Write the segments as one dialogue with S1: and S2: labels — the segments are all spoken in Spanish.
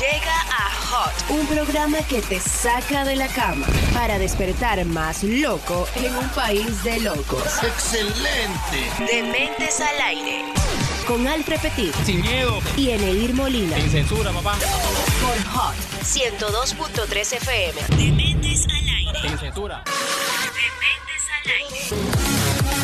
S1: Llega a Hot, un programa que te saca de la cama para despertar más loco en un país de locos.
S2: ¡Excelente!
S1: De mentes al aire. Con Alfred Petit
S3: Sin miedo,
S1: y Eneir Molina.
S3: sin censura, papá.
S1: Por Hot 102.3 FM. De mentes al aire.
S3: Sin censura.
S1: De mentes al aire.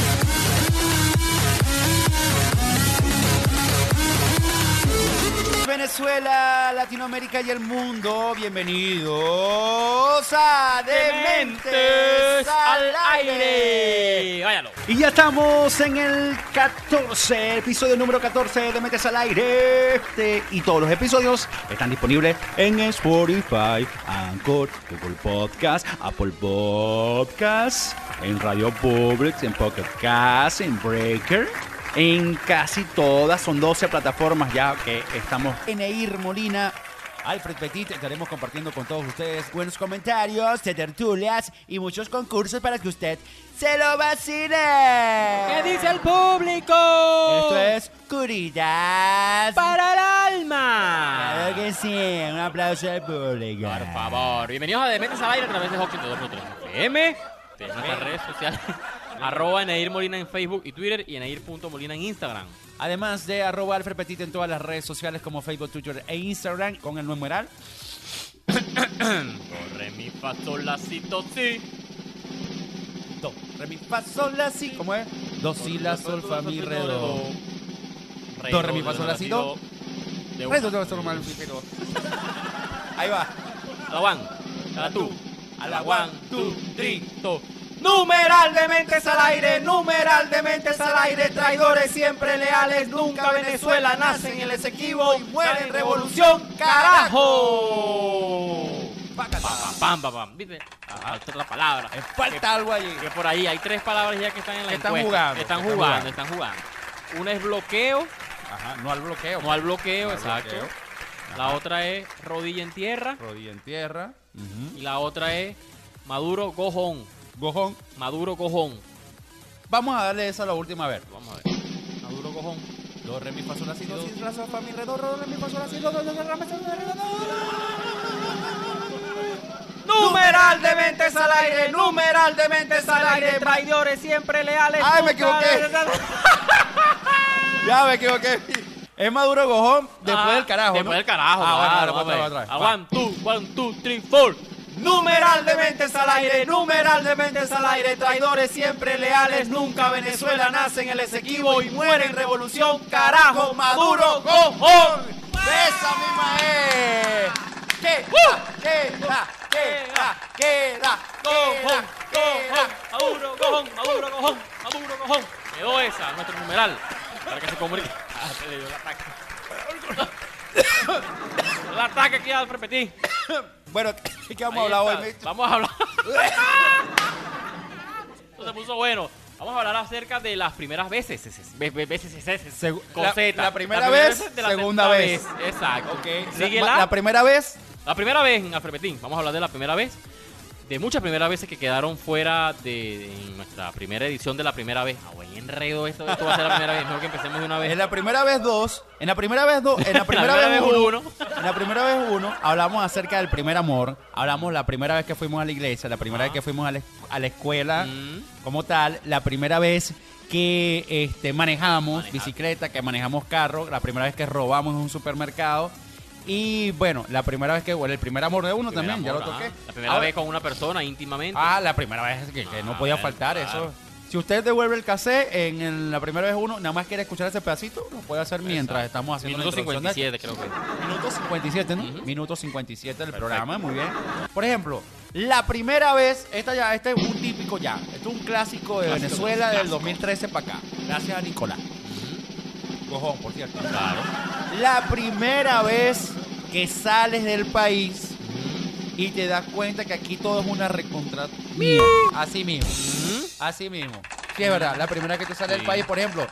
S2: Venezuela, Latinoamérica y el mundo, bienvenidos a Dementes al aire.
S3: Váyalo.
S2: Y ya estamos en el 14, episodio número 14 de Metes al Aire. Este y todos los episodios están disponibles en Spotify, Anchor, Google Podcast, Apple Podcast, en Radio Public, en Pocket Cast, en Breaker. En casi todas, son 12 plataformas ya que estamos en Eir Molina. Alfred Petit, estaremos compartiendo con todos ustedes buenos comentarios, tertulias y muchos concursos para que usted se lo vacile.
S4: ¿Qué dice el público?
S2: Esto es Curitas.
S4: para el alma.
S2: Claro que sí, un aplauso al público.
S3: Por favor. Bienvenidos a Dementes al aire a través de Hockey 2.3 FM. De nuestras redes sociales. Arroba Eneir Molina en Facebook y Twitter y Eneir.molina en Instagram.
S2: Además de arroba Alfred Petit en todas las redes sociales como Facebook, Twitter e Instagram con el numeral.
S3: Corre mi fasolacito, sí.
S2: Do, re, mi, fa, sol, la, si. ¿Cómo es? Do, si, la, sol, fa, mi, re, do. Do, re, mi, fa, sol, la, si, do.
S3: De
S2: Re, do,
S3: una.
S2: do, sol, mal, mi, pero- Ahí va.
S3: La one, a la two, a la one, two, three, two.
S2: Numeral de mentes al aire, numeral de mentes al aire, traidores siempre leales, nunca Venezuela nacen el Esequibo y mueren revolución, carajo.
S3: Pam, pam, pam, pam. ¿Viste? Ah, esta es la palabra.
S2: Falta algo allí.
S3: Que por ahí hay tres palabras ya que están en la
S2: Que están
S3: encuesta.
S2: jugando,
S3: Que Están
S2: que están
S3: jugando, están jugando. Una es bloqueo,
S2: Ajá, no al bloqueo.
S3: no al bloqueo,
S2: No al
S3: exacto.
S2: bloqueo.
S3: La otra es rodilla en tierra
S2: pues, Rodilla en tierra.
S3: y la otra es Maduro cojón.
S2: Gojón.
S3: Maduro cojón.
S2: Vamos a darle esa la última vez.
S3: Vamos a ver. Maduro cojón.
S2: Do, re, mi, fa, sol, la, si, do, si, ra, sol, fa, mi, re, do, ro, re, mi, fa, sol, la, si, do, do, do, do, ra, mi, sol, la, re, do, do. Numeral de mentes al aire, numeral de mentes al aire,
S4: traidores siempre leales.
S3: Ah,
S2: Ay, me
S4: nunca
S2: equivoqué.
S4: de-
S2: Ya me equivoqué. Es Maduro Gojón después
S3: Ah,
S2: del carajo.
S3: Después
S2: ¿no?
S3: del carajo.
S2: Ah, bueno,
S3: claro,
S2: ahora otra vez,
S3: vamos a ver.
S2: otra vez.
S3: A one, two, one, two, three, four.
S2: Numeral de mentes al aire, numeral de mentes al aire, traidores siempre leales, nunca Venezuela nace en el Esequibo y muere en revolución, carajo, Maduro Gojón. ¡Besa mi mae! ¡Queda, ¡Uh! queda, queda, queda,
S3: Cojón, cojón,
S2: queda, queda!
S3: Maduro, cojón, Maduro, cojón, Maduro, cojón. Quedó esa, nuestro numeral. Para que se comunique. Ah, se le dio el ataque. El ataque aquí al Petit.
S2: Bueno, ¿qué vamos a
S3: Ahí
S2: hablar hoy?
S3: está.
S2: Mitch?
S3: Vamos a hablar. Esto se puso bueno. Vamos a hablar acerca de las primeras veces. Ve- ve- Veces, veces,
S2: Segu-
S3: con
S2: la-
S3: Z.
S2: la primera vez, segunda vez.
S3: Exacto.
S2: Ok.
S3: Sigue
S2: La-
S3: la,
S2: la primera vez
S3: la primera vez en Alfrepetín, vamos a hablar de la primera vez. De muchas primeras veces que quedaron fuera de, de nuestra primera edición de la primera vez. Ah, güey, enredo esto. Esto va a ser la primera vez. Mejor que empecemos de una vez.
S2: En la primera vez dos, en la primera vez dos, en la primera, vez, uno, en la primera vez uno, hablamos acerca del primer amor, hablamos la primera vez que fuimos a la iglesia, la primera vez que fuimos a la, a la escuela
S3: Mm.
S2: como tal, la primera vez que este, manejamos bicicleta, que manejamos carro, la primera vez que robamos en un supermercado y bueno, la primera vez que, bueno, el primer amor de uno
S3: Primer
S2: también,
S3: amor,
S2: ya lo
S3: ajá.
S2: toqué.
S3: La primera
S2: Ahora-
S3: vez con una persona íntimamente.
S2: Ah, la primera vez que, que no
S3: Ah,
S2: podía
S3: bueno,
S2: faltar
S3: claro.
S2: eso. Si usted devuelve el cassette en, el- la primera vez uno, nada más quiere escuchar ese pedacito, lo puede hacer mientras
S3: Exacto.
S2: estamos haciendo
S3: Minuto
S2: la introducción
S3: 57,
S2: de-
S3: creo que.
S2: Minuto 57, ¿no?
S3: Ujú.
S2: Minuto 57 del programa, muy bien. Por ejemplo, la primera vez, esta ya, este es un típico ya, este es un clásico de
S3: Clásico,
S2: Venezuela del
S3: clásico.
S2: 2013 para acá. Gracias a Nicolás. Cojón, por cierto.
S3: Claro.
S2: La primera vez que sales del país y te das cuenta que aquí todo es una recontra... mía. Así mismo.
S3: Ujú.
S2: Así mismo. Sí, es verdad. La primera que tú sales del
S3: Sí.
S2: país, por ejemplo,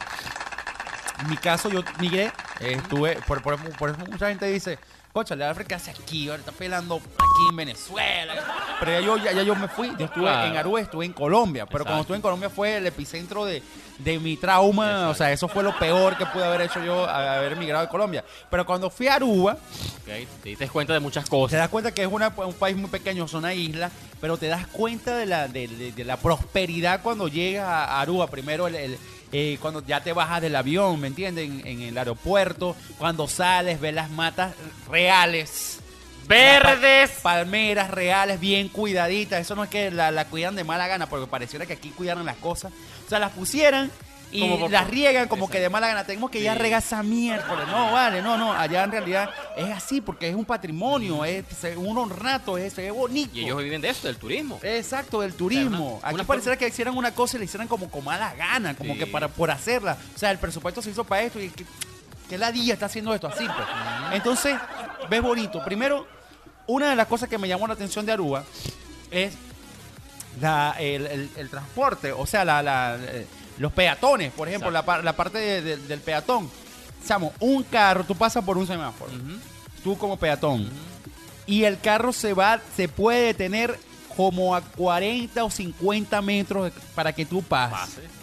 S2: en mi caso, yo migré, eh, estuve, por, por, por eso mucha gente dice, cóchale, Alfred, ¿qué hace aquí? Ahora está pelando aquí en Venezuela. Pero ya yo, ya, ya yo me fui. Yo estuve
S3: Claro.
S2: en Aruba, estuve en Colombia. Pero
S3: Exacto.
S2: cuando estuve en Colombia fue el epicentro de, de mi trauma. O sea, eso fue lo peor que pude haber hecho yo, a- haber emigrado de Colombia. Pero cuando fui a Aruba,
S3: ¿ok? Te diste cuenta de muchas
S2: Te
S3: cosas.
S2: das cuenta que es una- un país muy pequeño, es una isla, pero te das cuenta de la, de, de- de la prosperidad cuando llegas a Aruba. Primero, el- el, eh, cuando ya te bajas del avión, ¿me entiendes? En, en el aeropuerto, cuando sales, ves las matas reales.
S3: ¡Verdes!
S2: Pa- palmeras reales, bien cuidaditas. Eso no es que la, la cuidan de mala gana, porque pareciera que aquí cuidaran las cosas. O sea, las pusieran y
S3: Como por-
S2: las riegan como
S3: Exacto.
S2: que de mala gana. Tenemos que ya
S3: Sí.
S2: regar esa miércoles. No, vale, no, no. Allá en realidad es así, porque es un patrimonio, es, se- un honrato, es, se ve bonito.
S3: Y ellos viven de eso, del turismo.
S2: Eh. Exacto, del turismo.
S3: una-
S2: Aquí
S3: una
S2: pareciera
S3: forma-
S2: que hicieran una cosa y la hicieran como con mala gana, como
S3: Sí.
S2: que para por hacerla. O sea, el presupuesto se hizo para esto y que, que la día está haciendo esto así. pues. Entonces, ves bonito. Primero, una de las cosas que me llamó la atención de Aruba es la- el, el- el transporte, o sea, la- la- eh, los peatones, por ejemplo, la, par- la parte de- de- del peatón. Samo, un carro, tú pasas por un semáforo,
S3: Ujú.
S2: tú como peatón y el carro se va, se puede detener como a 40 o 50 metros de- para que tú pases.
S3: Pase.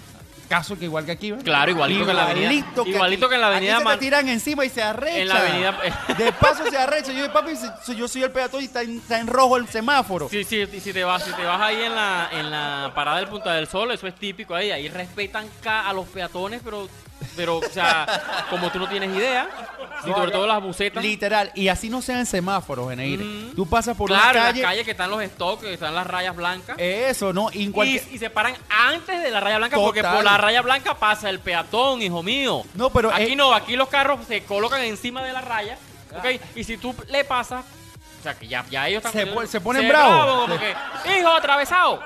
S2: Caso que igual que aquí, ¿verdad?
S3: Claro, igualito que en la avenida-
S2: Igualito que,
S3: igualito
S2: aquí.
S3: que en la avenida
S2: Aquí se
S3: Man-
S2: te tiran encima y se arrecha.
S3: En la avenida-
S2: De paso se arrecha. Yo, papi, si- si yo soy el peatón y está en, está en rojo el semáforo.
S3: Sí, sí, y si te vas, si te vas ahí en la, en la parada del Punta del Sol, eso es típico ahí, ahí respetan ca- a los peatones, pero, pero, o sea, como tú no tienes idea, y sobre todo las bucetas.
S2: Literal. Y así no sean semáforos, Eneir.
S3: Mm.
S2: Tú pasas por
S3: claro,
S2: una
S3: en
S2: calle.
S3: la calle que están los stocks, que están las rayas blancas.
S2: Eso, ¿no? Y en cualquier-
S3: Y, y se paran antes de la raya blanca porque
S2: Total.
S3: por la raya blanca pasa el peatón, hijo mío.
S2: No, pero eh,
S3: aquí
S2: es-
S3: no, aquí los carros se colocan encima de la raya,
S2: Ah.
S3: ¿ok? Y si tú le pasas, o sea que ya, ya ellos están
S2: Se pon- se ponen
S3: bravos,
S2: bravos.
S3: como que, hijo atravesado.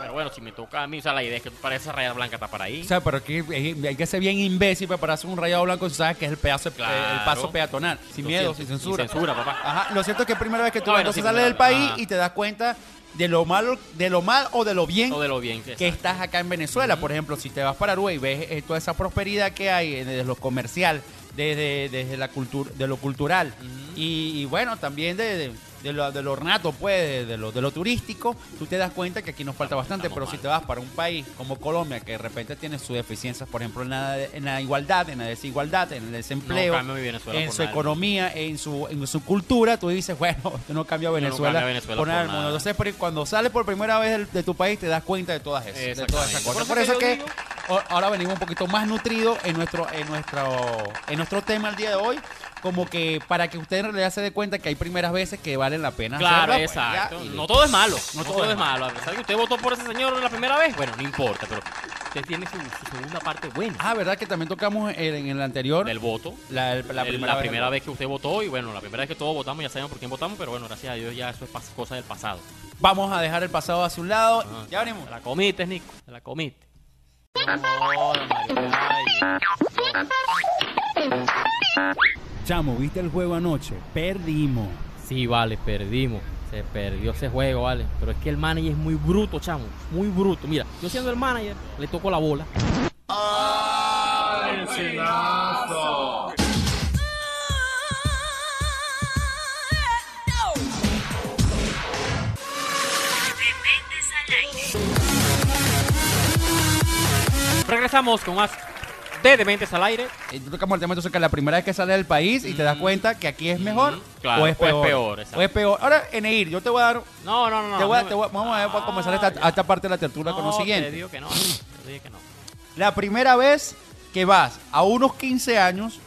S3: Pero bueno, si me toca a mí, o sea, la idea es que para esa raya blanca está para ahí.
S2: O sea, pero aquí hay, hay que ser bien imbécil pues, para pararse un rayado blanco si sabes que es el pedazo, de-
S3: Claro.
S2: el paso peatonal. Sin
S3: Lo
S2: miedo,
S3: siento,
S2: sin censura. Ah,
S3: Sin censura, papá.
S2: Ajá, lo cierto es que es primera vez que tú
S3: No, bueno,
S2: entonces
S3: sí,
S2: sales del
S3: claro,
S2: país
S3: ajá.
S2: y te das cuenta de lo malo, de lo mal o de lo bien
S3: Todo de lo bien
S2: que estás acá en Venezuela. Por ejemplo, si te vas para Aruba y ves eh, toda esa prosperidad que hay eh, desde lo comercial, desde, desde la cultura, de lo cultural y, y bueno, también de, de, de lo, de lo ornato, pues, de, de lo, de lo turístico, tú te das cuenta que aquí nos falta bastante.
S3: estamos
S2: Pero si
S3: mal.
S2: te vas para un país como Colombia, que de repente tiene sus deficiencias, por ejemplo, en la, en la igualdad, en la desigualdad, en el desempleo,
S3: cambia mi Venezuela
S2: en
S3: por
S2: su
S3: nada.
S2: economía, en su, en su cultura, tú dices, bueno, yo no cambio a
S3: Yo no
S2: Venezuela,
S3: cambio a Venezuela
S2: por
S3: por
S2: nada del mundo.
S3: nada.
S2: Entonces, pero cuando sales por primera vez del- de tu país, te das cuenta de todas esas, de todas esas
S3: Exactamente.
S2: cosas. Por
S3: Por
S2: eso
S3: eso
S2: es
S3: que
S2: que
S3: yo
S2: o- ahora venimos un poquito más nutridos en nuestro, en nuestro, en nuestro tema el día de hoy. Como que para que usted en realidad se dé cuenta que hay primeras veces que valen la pena.
S3: Claro,
S2: hacerla, pues, ya,
S3: exacto.
S2: y
S3: no
S2: listo.
S3: todo es malo.
S2: No
S3: No,
S2: todo
S3: todo,
S2: es
S3: es malo. A pesar de que usted votó por ese señor la primera vez, bueno, no importa, pero usted tiene su, su segunda parte buena
S2: Ah, verdad que también tocamos en, en el anterior
S3: del voto.
S2: la, la
S3: La
S2: primera,
S3: primera,
S2: vez.
S3: vez que usted votó y bueno, la primera vez que todos votamos ya sabemos por quién votamos, pero bueno, gracias a Dios ya eso es pas- cosa del pasado.
S2: Vamos a dejar el pasado hacia un lado. ya venimos.
S3: Te La comiste, Nico, te la comiste. No,
S2: Chamo, ¿viste el juego anoche? Perdimos.
S3: Sí, vale, perdimos. Se perdió ese juego, vale. Pero es que el manager es muy bruto, chamo. Muy bruto. Mira, yo siendo el manager, le toco la bola. Regresamos con más de Dementes al aire.
S2: Eh, tocamos el tema entonces que la primera vez que sales del país y te das cuenta que aquí es mejor
S3: Ujú, Mm. claro,
S2: o es peor.
S3: exacto.
S2: o es peor. Ahora, Eneir, yo te voy a dar.
S3: No, no, no. no,
S2: te voy a-
S3: no.
S2: te voy a- vamos a ver, voy a comenzar esta,
S3: Ah,
S2: esta parte de la tertulia con lo
S3: no,
S2: siguiente.
S3: Te digo que no. Te digo que no.
S2: La primera vez que vas a unos 15 años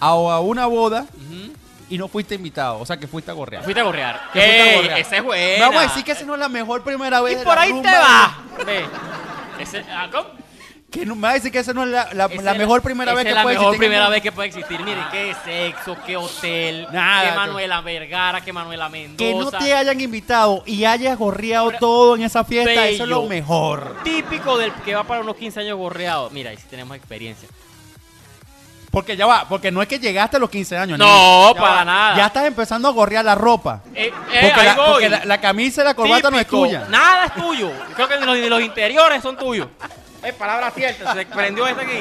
S2: a, a una boda
S3: Ujú.
S2: y no fuiste invitado, o sea que fuiste a gorrear.
S3: Fuiste a gorrear.
S2: Que fuiste a
S3: Ey,
S2: gorrear.
S3: ese es buena.
S2: Vamos a decir que esa no es la mejor primera vez.
S3: Y
S2: de
S3: por
S2: la
S3: ahí te
S2: rumba.
S3: va. Ve. Ese, ah, ¿cómo?
S2: Que no, me vas a decir que esa no es la, la-
S3: Esa
S2: la
S3: es
S2: mejor primera
S3: esa
S2: vez
S3: es
S2: que
S3: la
S2: puede
S3: mejor
S2: existir en
S3: primera
S2: un-
S3: vez que puede existir. Miren, qué sexo, qué hotel,
S2: Nada,
S3: qué
S2: tú-
S3: Manuela Vergara, qué Manuela Mendoza.
S2: Que no te hayan invitado y hayas gorreado
S3: Pero-
S2: todo en esa fiesta, eso es
S3: Bello.
S2: lo mejor.
S3: Típico del que va para unos 15 años gorreado. Mira, ahí sí tenemos experiencia.
S2: Porque ya va, porque no es que llegaste a los 15 años.
S3: No,
S2: Ya
S3: para
S2: va.
S3: nada.
S2: Ya estás empezando a gorrear la ropa.
S3: Eh, eh,
S2: porque
S3: ahí
S2: la,
S3: voy.
S2: porque la- la camisa y la corbata no es
S3: Típico.
S2: tuya.
S3: Nada es tuyo. Creo que ni los, ni los interiores son tuyos. Es palabra cierta. Se prendió esta aquí.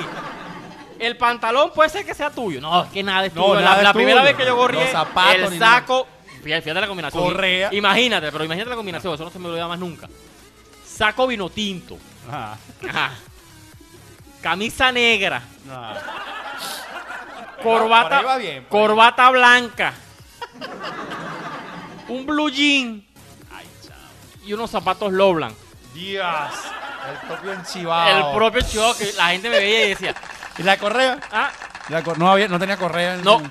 S3: El pantalón puede ser que sea tuyo. No, es que nada es
S2: No,
S3: tuyo. La-
S2: nada
S3: la
S2: es
S3: primera
S2: tuyo.
S3: vez que yo gorrié,
S2: Los zapatos, ni
S3: el
S2: nada.
S3: saco. Fíjate, fíjate la combinación.
S2: Correa.
S3: Imagínate, pero imagínate la combinación. Eso no se me olvida más nunca. Saco vino tinto.
S2: Ajá.
S3: Ajá. Camisa negra.
S2: Ajá. Por ahí
S3: Corbata,
S2: va bien, por ahí.
S3: corbata blanca. un blue jean y unos zapatos Loblan.
S2: Dios. El propio
S3: El
S2: enchivado.
S3: propio chivo que la gente me veía y decía,
S2: ¿Y la correa?
S3: ah,
S2: La cor- no, había, no tenía correa. en-
S3: no,
S2: Sí,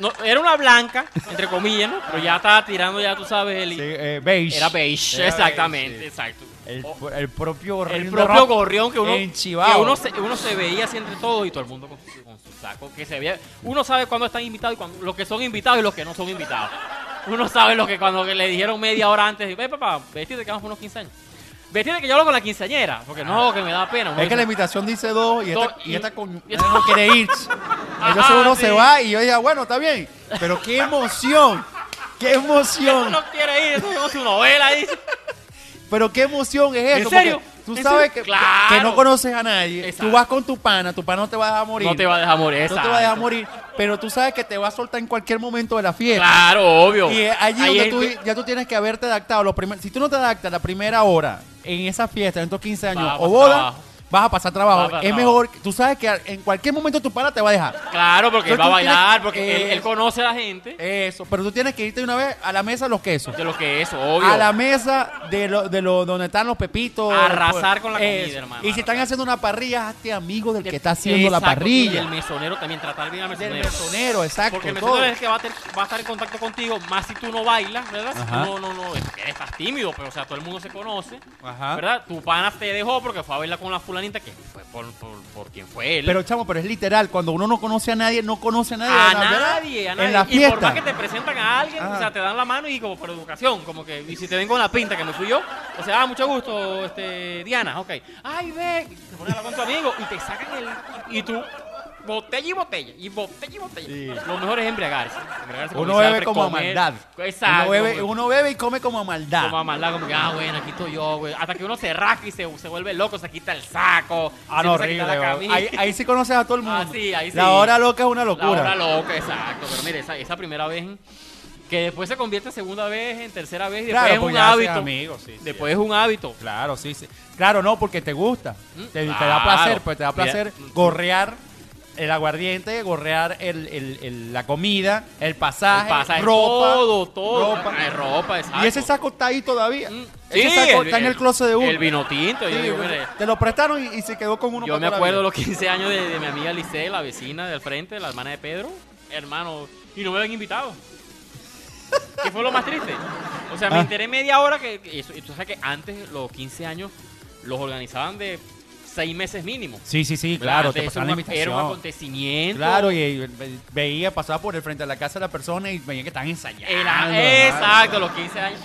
S3: no, era una blanca, entre comillas, ¿no? Pero ya estaba tirando, ya tú sabes, el...
S2: eh, beige.
S3: Era beige,
S2: Era
S3: exactamente,
S2: beige, sí.
S3: exacto.
S2: El,
S3: O-
S2: el propio gorrión.
S3: el
S2: de
S3: propio
S2: rock.
S3: gorrión que uno,
S2: Enchivado.
S3: que uno, se, uno se veía así entre todos y todo el mundo con su, con su saco. Que se veía, uno sabe cuándo están invitados y cuándo, los que son invitados y los que no son invitados. Uno sabe los que cuando le dijeron media hora antes, ve papá, vestirte que vamos por unos 15 años. Vestirte que yo hablo con la quinceañera, porque no, que me da pena. uno
S2: Es que la
S3: dice,
S2: invitación dice dos y esta,
S3: Dos,
S2: y
S3: y-
S2: esta coño- no quiere ir. Entonces
S3: Ajá,
S2: uno
S3: sí.
S2: se va y yo digo, bueno, está bien. Pero qué emoción. Qué
S3: "Eso
S2: emoción.
S3: no quiere ir, eso llevó su novela, dice.
S2: Pero qué emoción es eso.
S3: ¿En serio?
S2: porque Tú
S3: ¿En
S2: sabes
S3: serio?
S2: que,
S3: Claro.
S2: que no conoces a nadie.
S3: Exacto.
S2: Tú vas con tu pana, tu pana no te va a dejar morir.
S3: No te va a dejar morir,
S2: No te va a
S3: exacto.
S2: dejar morir. Pero tú sabes que te va a soltar en cualquier momento de la fiesta.
S3: Claro, obvio.
S2: Y eh, allí
S3: Ahí
S2: donde
S3: es-
S2: tú, ya tú tienes que haberte adaptado. Los primer- si tú no te adaptas la primera hora en esa fiesta, en estos 15 años
S3: Vas a
S2: o
S3: pasar
S2: boda,
S3: trabajo.
S2: vas a pasar trabajo.
S3: Vas a pasar
S2: es
S3: trabajo.
S2: mejor, tú sabes que en cualquier momento tu pana te va a dejar.
S3: Claro, porque él va a
S2: Entonces tú tienes-
S3: bailar, porque él,
S2: Eh,
S3: él conoce a la gente.
S2: Eso, pero tú tienes que irte de una vez a la mesa de los quesos.
S3: De lo que es, obvio.
S2: A la mesa de, lo, de lo, donde están los pepitos. pues,
S3: Arrasar con la
S2: Eso.
S3: comida, hermano,
S2: Y si están
S3: arrasar.
S2: haciendo una parrilla, hazte amigo del
S3: De-
S2: que está haciendo la
S3: Exacto, Y
S2: parrilla.
S3: el mesonero también, tratar bien al
S2: Del
S3: mesonero.
S2: mesonero, exacto.
S3: Porque el
S2: todo.
S3: mesonero es el que va a, ter- va a estar en contacto contigo, más si tú no bailas, ¿verdad? Si tú
S2: Ajá.
S3: no, no, no, es que estás tímido, pero o sea, todo el mundo se conoce,
S2: Ajá.
S3: ¿verdad? Tu pana te dejó porque fue a bailar con la fulanita que fue por, por, por quien fue él.
S2: Pero chamo, pero es literal, cuando uno no conoce a nadie, no conoce a nadie.
S3: a
S2: en la-
S3: nadie, a nadie.
S2: En la
S3: y por más
S2: fiesta.
S3: que te presentan a alguien,
S2: Ajá.
S3: o sea, te dan la mano y como por educación, como que, y si te ven con la pinta que me fui yo, o sea, ah, mucho gusto, este, Diana, ok. Ay, ve, y te ponen a hablar con tu amigo y te sacan el, y tú, botella y botella, y botella y botella.
S2: Sí.
S3: Lo mejor es embriagarse. embriagarse
S2: Uno
S3: dice
S2: bebe
S3: Alfred,
S2: como a
S3: comer.
S2: maldad.
S3: Exacto.
S2: Uno bebe,
S3: como-
S2: uno bebe y come como a maldad.
S3: como a maldad, como que, ah, bueno, aquí estoy yo, güey. Hasta que uno se rasca y se, se vuelve loco, se quita el saco.
S2: Ah,
S3: se
S2: no,
S3: empieza a quitar
S2: horrible.
S3: la
S2: bro.
S3: camisa.
S2: Ahí, ahí sí conoces a todo el mundo.
S3: Ah, sí, ahí sí.
S2: La hora loca es una locura.
S3: La hora loca, exacto. Pero mire, esa, esa primera vez que después se convierte en segunda vez, en tercera vez, y después
S2: Claro,
S3: es
S2: pues
S3: un
S2: ya haces
S3: hábito.
S2: amigos, sí, sí,
S3: después es un hábito.
S2: Claro, sí, sí. Claro, no, porque te gusta.
S3: Mm,
S2: Te, te
S3: claro.
S2: da placer, pues te da
S3: Mira,
S2: placer
S3: mm,
S2: gorrear el aguardiente, gorrear el, el- el- la comida, el pasaje,
S3: El pasaje,
S2: ropa,
S3: todo, todo.
S2: ropa.
S3: Ay, ropa, exacto.
S2: Y ese saco está ahí todavía.
S3: Mm,
S2: ese
S3: sí,
S2: saco está en el closet de uno.
S3: El vino tinto. yo
S2: Sí,
S3: digo, mire,
S2: te lo prestaron y, y se quedó con uno.
S3: Yo
S2: para
S3: me
S2: toda la
S3: acuerdo
S2: vida.
S3: los 15 años de, de mi amiga Lice, la vecina del frente, la hermana de Pedro, hermano, y no me habían invitado. que fue lo más triste. O sea, me
S2: Ah.
S3: enteré media hora que, que eso, y tú sabes que antes los 15 años los organizaban de seis meses mínimo.
S2: Sí, sí, sí,
S3: ¿verdad?
S2: claro,
S3: Antes
S2: te
S3: eso
S2: pasaron la
S3: era un- Era un
S2: invitación.
S3: acontecimiento.
S2: Claro, y, y ve- veía, pasaba por el frente de la casa de la persona y veía que estaban ensayando.
S3: Era, exacto, los 15 años.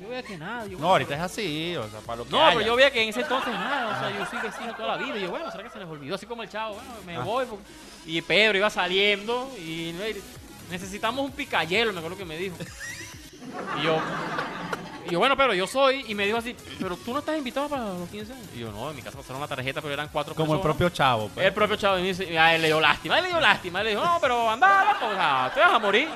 S3: Yo veía que nada. Yo,
S2: No, ahorita es así, o sea, para lo que
S3: No,
S2: haya.
S3: pero yo veía que en ese entonces nada, o sea, yo soy vecino toda la vida. Y yo, bueno, será que se les olvidó, así como el chavo, bueno,
S2: Ah.
S3: me voy. porque- Y Pedro iba saliendo y no, y necesitamos un picayelo, me acuerdo que me dijo. Y yo, y yo, bueno, pero yo soy, y me dijo así, pero tú no estás invitado para los 15 años. Y yo, no, en mi casa pasaron la tarjeta, pero eran cuatro
S2: Como el
S3: personas.
S2: propio chavo. pues.
S3: El propio chavo y me dice, a él le dio lástima, a él le dio lástima, él le dijo, no, pero anda, loco, o sea, te vas a morir.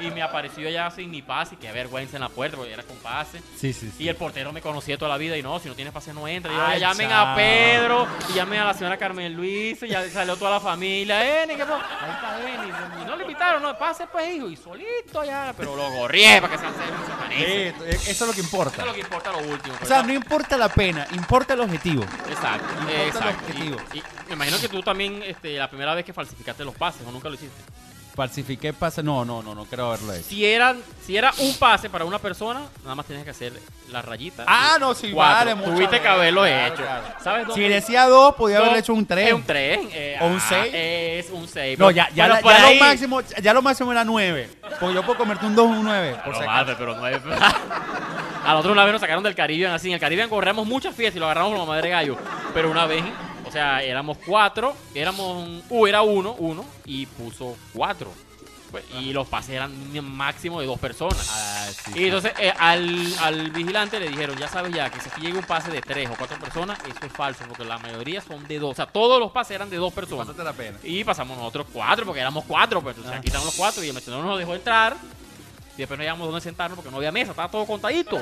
S3: Y me apareció ya sin mi pase, que vergüenza en la puerta, porque era con pase.
S2: Sí, sí, sí.
S3: Y el portero me conocía toda la vida y no, si no tienes pase no entra. Y
S2: Ay,
S3: ahora llamen
S2: chao.
S3: a Pedro, y llamen a la señora Carmen Luis, y ya salió toda la familia. Eni, ¿qué pasó? Ahí está Eni. Y no le invitaron, no, pase pues, hijo. Y solito ya, pero lo gorrié para que se acerque y se
S2: Sí,
S3: amanece.
S2: eso es lo que
S3: Eso
S2: importa.
S3: es lo que importa lo último.
S2: O sea,
S3: ¿verdad?
S2: no importa la pena, importa el objetivo.
S3: Exacto,
S2: importa el
S3: exacto. Y-
S2: objetivo.
S3: Y, me imagino que tú también, este, la primera vez que falsificaste los pases, o nunca lo hiciste.
S2: Falsifiqué pase. No, no, no, no creo haberlo hecho.
S3: Si era, si era un pase para una persona, nada más tenías que hacer la rayita.
S2: Ah, no, sí,
S3: Cuatro.
S2: vale, mucho.
S3: Tuviste que haberlo
S2: Claro,
S3: hecho.
S2: claro.
S3: ¿Sabes dónde?
S2: Si decía dos, podía haber hecho un tres.
S3: Es un 3.
S2: O un seis.
S3: Es un 6.
S2: No, ya, ya, la- ya lo máximo, ya lo máximo era nueve. Pues yo puedo comerte un dos o un nueve. Por si acaso.
S3: pero no es. A nosotros una vez nos sacaron del Caribbean así. En el Caribbean corremos muchas fiestas y lo agarramos como madre gallo. Pero una vez, o sea, éramos cuatro, éramos. un- Uh, era uno, uno, y puso cuatro. Pues, Y los pases eran un máximo de dos personas.
S2: Ah, sí,
S3: Y entonces eh, al, al vigilante le dijeron, ya sabes ya, que si aquí llega un pase de tres o cuatro personas, eso es falso, porque la mayoría son de dos. O sea, todos los pases eran de dos personas.
S2: Pásate la pena.
S3: Y pasamos nosotros cuatro, porque éramos cuatro, pues
S2: Ah.
S3: entonces aquí estamos los cuatro y el mesonero nos dejó entrar. Y después no llegamos donde sentarnos porque no había mesa, estaba todo contadito.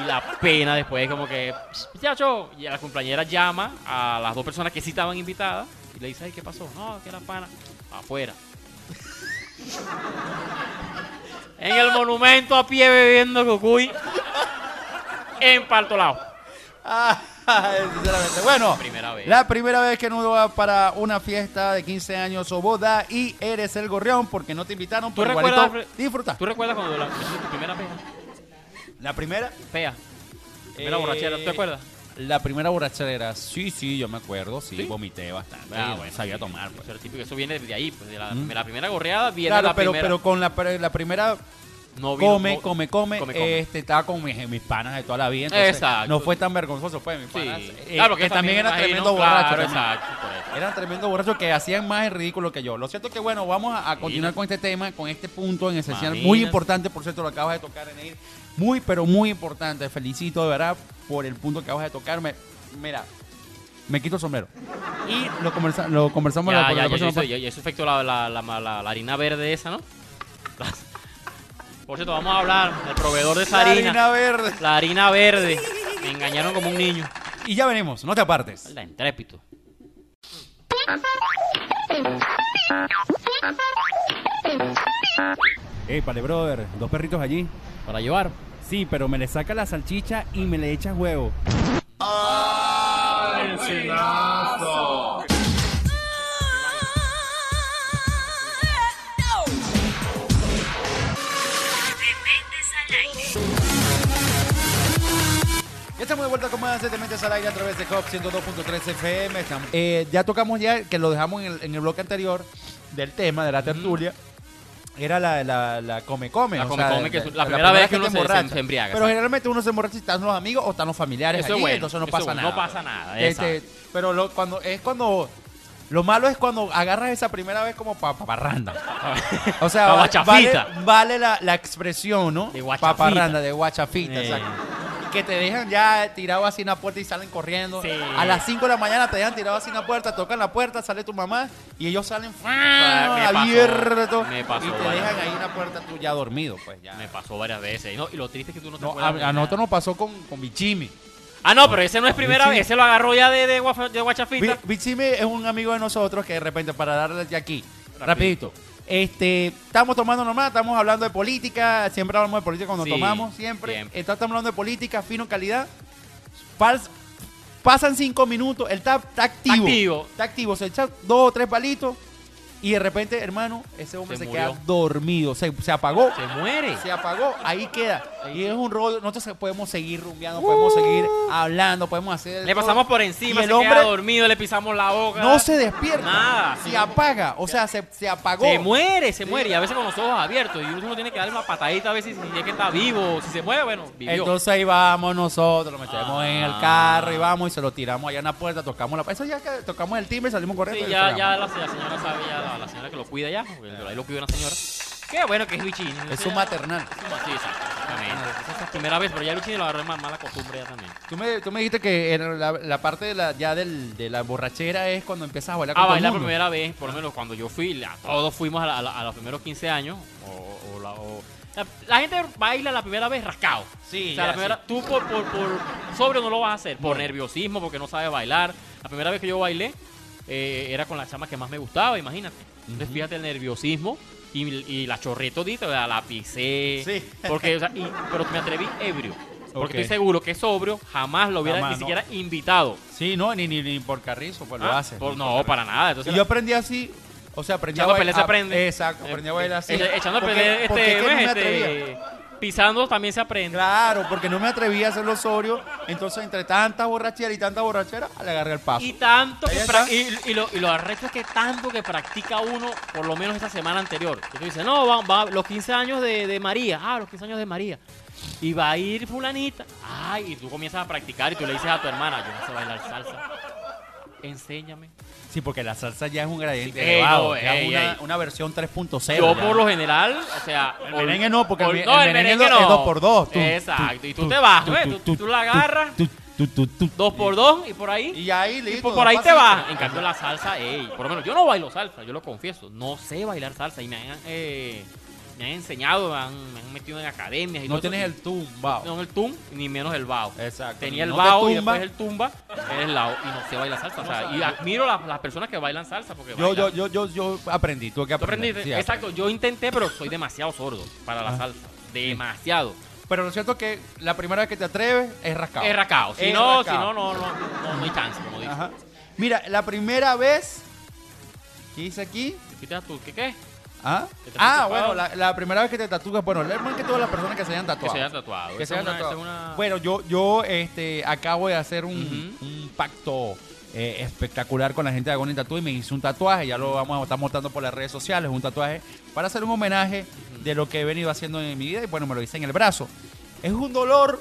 S3: Y la pena después, como que, "Psh, muchacho, y la compañera llama a las dos personas que sí estaban invitadas y le dice, ay, ¿qué pasó? No, que era pana. Afuera. en el monumento a pie bebiendo cucuy en Parto Lao.
S2: Ay, Ah, sinceramente. Bueno,
S3: Primera vez.
S2: la primera vez que no va para una fiesta de 15 años o boda y eres el gorrión porque no te invitaron,
S3: ¿Tú
S2: pero
S3: recuerdas,
S2: igualito disfruta.
S3: ¿Tú recuerdas cuando la, tu primera pea?
S2: La primera.
S3: Pea. Primera
S2: eh,
S3: borrachera, ¿tú te acuerdas?
S2: La primera borrachera, sí, sí, yo me acuerdo, sí,
S3: ¿Sí?
S2: vomité bastante.
S3: Ah,
S2: no
S3: bueno,
S2: sabía
S3: sí,
S2: tomar. pues.
S3: Eso, era típico, eso viene de ahí, pues, de la, de la primera gorreada viene
S2: Claro,
S3: la
S2: pero,
S3: primera.
S2: pero con la, pre- la primera
S3: no vino-
S2: come,
S3: no-
S2: come, come,
S3: come, come.
S2: Este, estaba con mis, mis panas de toda la vida. entonces,
S3: Exacto.
S2: No fue tan vergonzoso, fue mis
S3: Sí.
S2: panas. eh,
S3: Claro, porque
S2: que también eran
S3: imagino,
S2: tremendos
S3: claro,
S2: borrachos. hermano.
S3: exacto, por eso.
S2: Eran tremendos borrachos que hacían más el ridículo que yo. Lo cierto es que, bueno, vamos a, a continuar con este tema, con este punto en esencial. Muy
S3: Imagínate.
S2: importante, por cierto, lo acabas de tocar, Eneir. Muy, pero muy importante. Felicito, de verdad, por el punto que acabas de tocarme. Mira, me quito el sombrero. Y lo, conversa- lo conversamos
S3: Ya,
S2: la,
S3: ya,
S2: la
S3: ya,
S2: próxima
S3: ya, ya, ya, eso afectó la, la, la, la- la harina verde esa, ¿no? Por cierto, vamos a hablar del proveedor de esa
S2: parte.
S3: harina.
S2: La harina verde.
S3: La harina verde. Me engañaron como un niño.
S2: Y ya venimos, no te apartes.
S3: La intrépito.
S5: Ey, vale, brother, dos perritos allí.
S3: Para llevar.
S5: Sí, pero me le saca la salchicha y me le echas huevo.
S2: Ya estamos de vuelta con más de Te Metes al Aire a través de COP 102.3 FM. Estamos- eh, ya tocamos ya, que lo dejamos en el, en el bloque anterior, del tema de la tertulia. Era la, la, la come come.
S3: La
S2: o
S3: come
S2: sea,
S3: come, que es la primera vez que
S2: te
S3: uno se- se-
S2: emborracha.
S3: se embriaga,
S2: Pero
S3: exacto.
S2: generalmente uno se emborracha si están los amigos o están los familiares.
S3: Eso es
S2: allí,
S3: bueno,
S2: Entonces no
S3: eso
S2: pasa
S3: es bueno,
S2: nada.
S3: no pasa nada,
S2: Te- te- pero lo- cuando es cuando. Lo malo es cuando agarras esa primera vez como paparranda. o sea,
S3: Pa'
S2: va- vale,
S3: guachafita.
S2: vale la, la expresión, ¿no?
S3: De guachafita.
S2: Paparranda, de guachafita,
S3: Eh.
S2: exacto. Que te dejan ya tirado así en la puerta y salen corriendo.
S3: Sí.
S2: A las 5 de la mañana te dejan tirado así en la puerta, tocan la puerta, sale tu mamá y ellos salen
S3: Ah, me pasó,
S2: abierto
S3: me pasó,
S2: y te
S3: vale.
S2: dejan ahí en la puerta tú ya dormido, pues ya.
S3: Me pasó varias veces. Y, no, y lo triste es que tú no te
S2: No, a,
S3: acuerdas. de
S2: a nosotros
S3: nada.
S2: nos pasó con, con Bichimi.
S3: Ah, no, pero ese no es primera
S2: sí.
S3: vez. Ese lo agarró ya de, de, guafa- de guachafita.
S2: Bi- Bichimi es un amigo de nosotros que de repente, para darle de aquí, rapidito. Este, estamos tomando normal, estamos hablando de política, siempre hablamos de política cuando
S3: Sí,
S2: tomamos, siempre.
S3: siempre.
S2: Está- Estamos hablando de política, fino calidad. Pas- pasan cinco minutos, él está, está activo.
S3: activo.
S2: Está activo, se echa dos o tres palitos y de repente, hermano, ese hombre se,
S3: Se
S2: queda
S3: murió.
S2: dormido, se, se apagó.
S3: Se muere.
S2: Se apagó, ahí queda. Y es un rollo. Nosotros se- podemos seguir rumbeando, podemos seguir hablando, podemos hacer.
S3: Uh. Le
S2: todo.
S3: pasamos por
S2: Y
S3: encima,
S2: el
S3: se
S2: hombre
S3: queda dormido, le pisamos la boca.
S2: no se despierta.
S3: Nada.
S2: Se apaga. O sea, se, se apagó.
S3: Se muere, se muere. Y a veces con los ojos abiertos. Y uno tiene que darle una patadita a veces si es que está vivo. Si se mueve, bueno, vivió.
S2: Entonces ahí vamos nosotros, lo metemos
S3: Ah.
S2: en el carro y vamos y se lo tiramos allá en la puerta, tocamos la eso ya que tocamos el timbre, salimos corriendo.
S3: Sí,
S2: y
S3: ya,
S2: lo
S3: ya
S2: sacamos.
S3: la, la señora sabe, ya la, la señora que lo cuida ya, porque ahí lo cuida una señora. Qué bueno que es Luchini.
S2: Es su maternal.
S3: Sí, exactamente. Esa es la primera vez, pero ya Luchini lo agarró en ma- mala costumbre ya también.
S2: Tú me, tú me dijiste que en la, la parte de la, ya del, de la borrachera es cuando empiezas a bailar con
S3: A
S2: todo
S3: Ah,
S2: el
S3: bailar por
S2: mundo.
S3: primera vez, por lo menos cuando yo fui, la- todos fuimos a, la- a la- a los primeros 15 años. O, o la, o- la- la gente baila la primera vez rascado.
S2: Sí,
S3: O sea,
S2: ya,
S3: la primera,
S2: sí.
S3: tú por, por, por sobre no lo vas a hacer, por nerviosismo, porque no sabes bailar. La primera vez que yo bailé eh, era con la chama que más me gustaba, imagínate. Entonces fíjate el nerviosismo y, y la chorré todita, la, la pisé.
S2: Sí.
S3: Porque, o sea, y- pero me atreví ebrio. Porque
S2: Ok.
S3: estoy seguro que sobrio jamás lo hubiera
S2: Jamás,
S3: ni
S2: no.
S3: siquiera invitado.
S2: Sí, no, ni, ni, ni por carrizo, pues lo
S3: Ah,
S2: haces.
S3: por-
S2: Ni
S3: no,
S2: por
S3: para nada. Entonces,
S2: Y yo aprendí así. O sea, aprendí
S3: Echando a
S2: bail-
S3: perder se aprende.
S2: Exacto, aprendí a bailar así.
S3: Eh, Echando a
S2: Porque-
S3: perder este,
S2: porque es que no me
S3: ¿ves?
S2: atrevía.
S3: Este, pisando también se aprende.
S2: Claro, porque no me atrevía a hacerlo sobrio. Entonces, entre tanta borrachera y tanta borrachera, le agarré el paso.
S3: Y tanto que
S2: Ahí
S3: pra-
S2: está.
S3: y, y lo, y lo arrecho es que tanto que practica uno, por lo menos esta semana anterior. Que tú dices, no, va, va- los 15 años de, de María, ah, los 15 años de María. Y va a ir fulanita. Ay, y tú comienzas a practicar y tú le dices a tu hermana, yo no sé bailar salsa. Enséñame.
S2: Sí, porque la salsa ya es un gradiente
S3: Sí,
S2: elevado.
S3: ey, no,
S2: ya
S3: ey,
S2: una,
S3: ey.
S2: una versión 3.0.
S3: Yo
S2: ya.
S3: por lo general, o sea,
S2: El
S3: ol-
S2: merengue no, porque el
S3: ol-
S2: me- el merengue es do- es dos por dos. Tú-
S3: Exacto.
S2: tú-
S3: y tú,
S2: tú-
S3: te vas,
S2: tú-
S3: ¿ves?
S2: tú-
S3: Tú, tú la agarras,
S5: Tú, tú, tú, tú.
S3: dos por dos y por ahí.
S2: Y ahí,
S3: Y
S2: listo.
S3: por,
S2: dos
S3: por ahí te
S2: pasitos.
S3: vas. En cambio, la salsa, ey, por lo menos yo no bailo salsa, yo lo confieso. No sé bailar salsa y me han eh, me han enseñado, me han, me han metido en academias y
S2: No
S3: todo
S2: tienes
S3: eso.
S2: el tumbao.
S3: No, el tum, ni menos el bao.
S2: Exacto.
S3: Tenía el
S2: No te
S3: bao y
S2: tumba.
S3: después el tumba, es el lao. Y no se baila salsa. o sea, y admiro las, las personas que bailan salsa porque
S2: Yo,
S3: bailan.
S2: yo, yo, yo, yo aprendí, Ah. tuve que
S3: ¿Tú
S2: aprender.
S3: aprendiste?
S2: sí,
S3: Exacto, yo intenté, pero soy demasiado sordo para la salsa. Demasiado.
S2: Pero lo cierto es que la primera vez que te atreves es rascado.
S3: Es racao. Si
S2: Es
S3: no,
S2: rascado.
S3: si no, no, no, no, no hay chance, como dices.
S2: Ajá. Mira, la primera vez. ¿Qué hice aquí?
S3: ¿Te quitas tú? ¿Qué qué?
S2: Ah,
S3: Que te
S2: Ah,
S3: has
S2: bueno,
S3: tatuado.
S2: la, la primera vez que te tatúas. Bueno, la más que todas las personas que se hayan
S3: Que
S2: tatuado.
S3: se haya tatuado.
S2: Que
S3: Esa es
S2: se hayan
S3: una- esa
S2: tatuado.
S3: es una-
S2: Bueno, yo, yo este, acabo de hacer un,
S3: Ujú.
S2: un pacto eh, espectacular con la gente de Agony Tattoo y me hice un tatuaje. Ya lo vamos a estar mostrando por las redes sociales. Un tatuaje para hacer un homenaje de lo que he venido haciendo en mi vida. Y bueno, me lo hice en el brazo. Es un dolor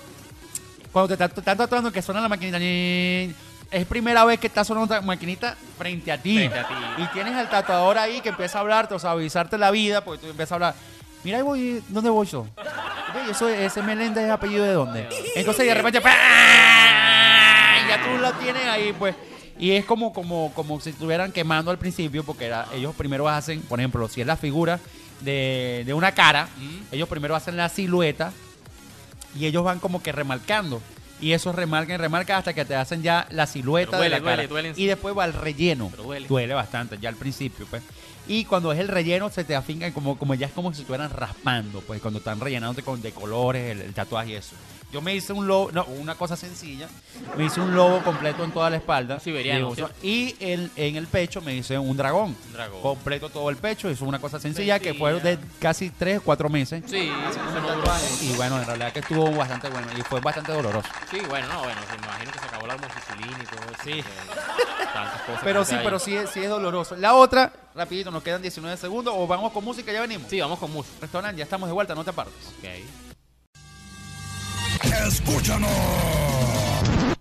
S2: cuando te están están tatuando que suena la maquinita. ñin, Es primera vez que está sonando la maquinita frente a ti.
S3: Frente a ti.
S2: Y tienes al tatuador ahí que empieza a hablarte, o sea, avisarte la vida, porque tú empiezas a hablar. Mira, ahí voy, ¿dónde voy yo? Ve, Eso, ese Meléndez es apellido de dónde. Entonces de repente, ¡pam! ya tú la tienes ahí, pues. Y es como, como, como si estuvieran quemando al principio, porque era- ellos primero hacen, por ejemplo, si es la figura de, de una cara, ellos primero hacen la silueta y ellos van como que remarcando. Y eso remarcan y remarcan hasta que te hacen ya la silueta
S3: Pero duele,
S2: de la cara.
S3: duele, duele en sí.
S2: y después va el relleno.
S3: Pero duele.
S2: bastante, ya al principio, pues. Y cuando es el relleno, se te afincan como, como ya es como si estuvieran raspando, pues, cuando están rellenándote con de colores, el, el tatuaje y eso. Yo me hice un lobo, no, una cosa sencilla. Me hice un lobo completo en toda la espalda.
S3: Un siberiano,
S2: Digo, Y el- en el pecho me hice un dragón.
S3: Un dragón.
S2: Completo todo el pecho. Hizo una cosa sencilla que fue
S3: Sencilla.
S2: de casi 3, 4 meses.
S3: Sí, eso no duró.
S2: ah, Tatuaje. Y bueno, en realidad que estuvo bastante bueno y fue bastante doloroso.
S3: Sí, bueno, no, bueno, me imagino que se acabó la amoxicilina y todo eso. Sí. Tantas cosas.
S2: Pero
S3: que
S2: sí,
S3: hay.
S2: pero sí, es- sí es doloroso. La otra, rapidito, nos quedan 19 segundos o vamos con música, ya venimos.
S3: Sí, vamos con música.
S2: Restaurante, ya estamos de vuelta, no te apartes.
S3: Ok.
S6: Escúchanos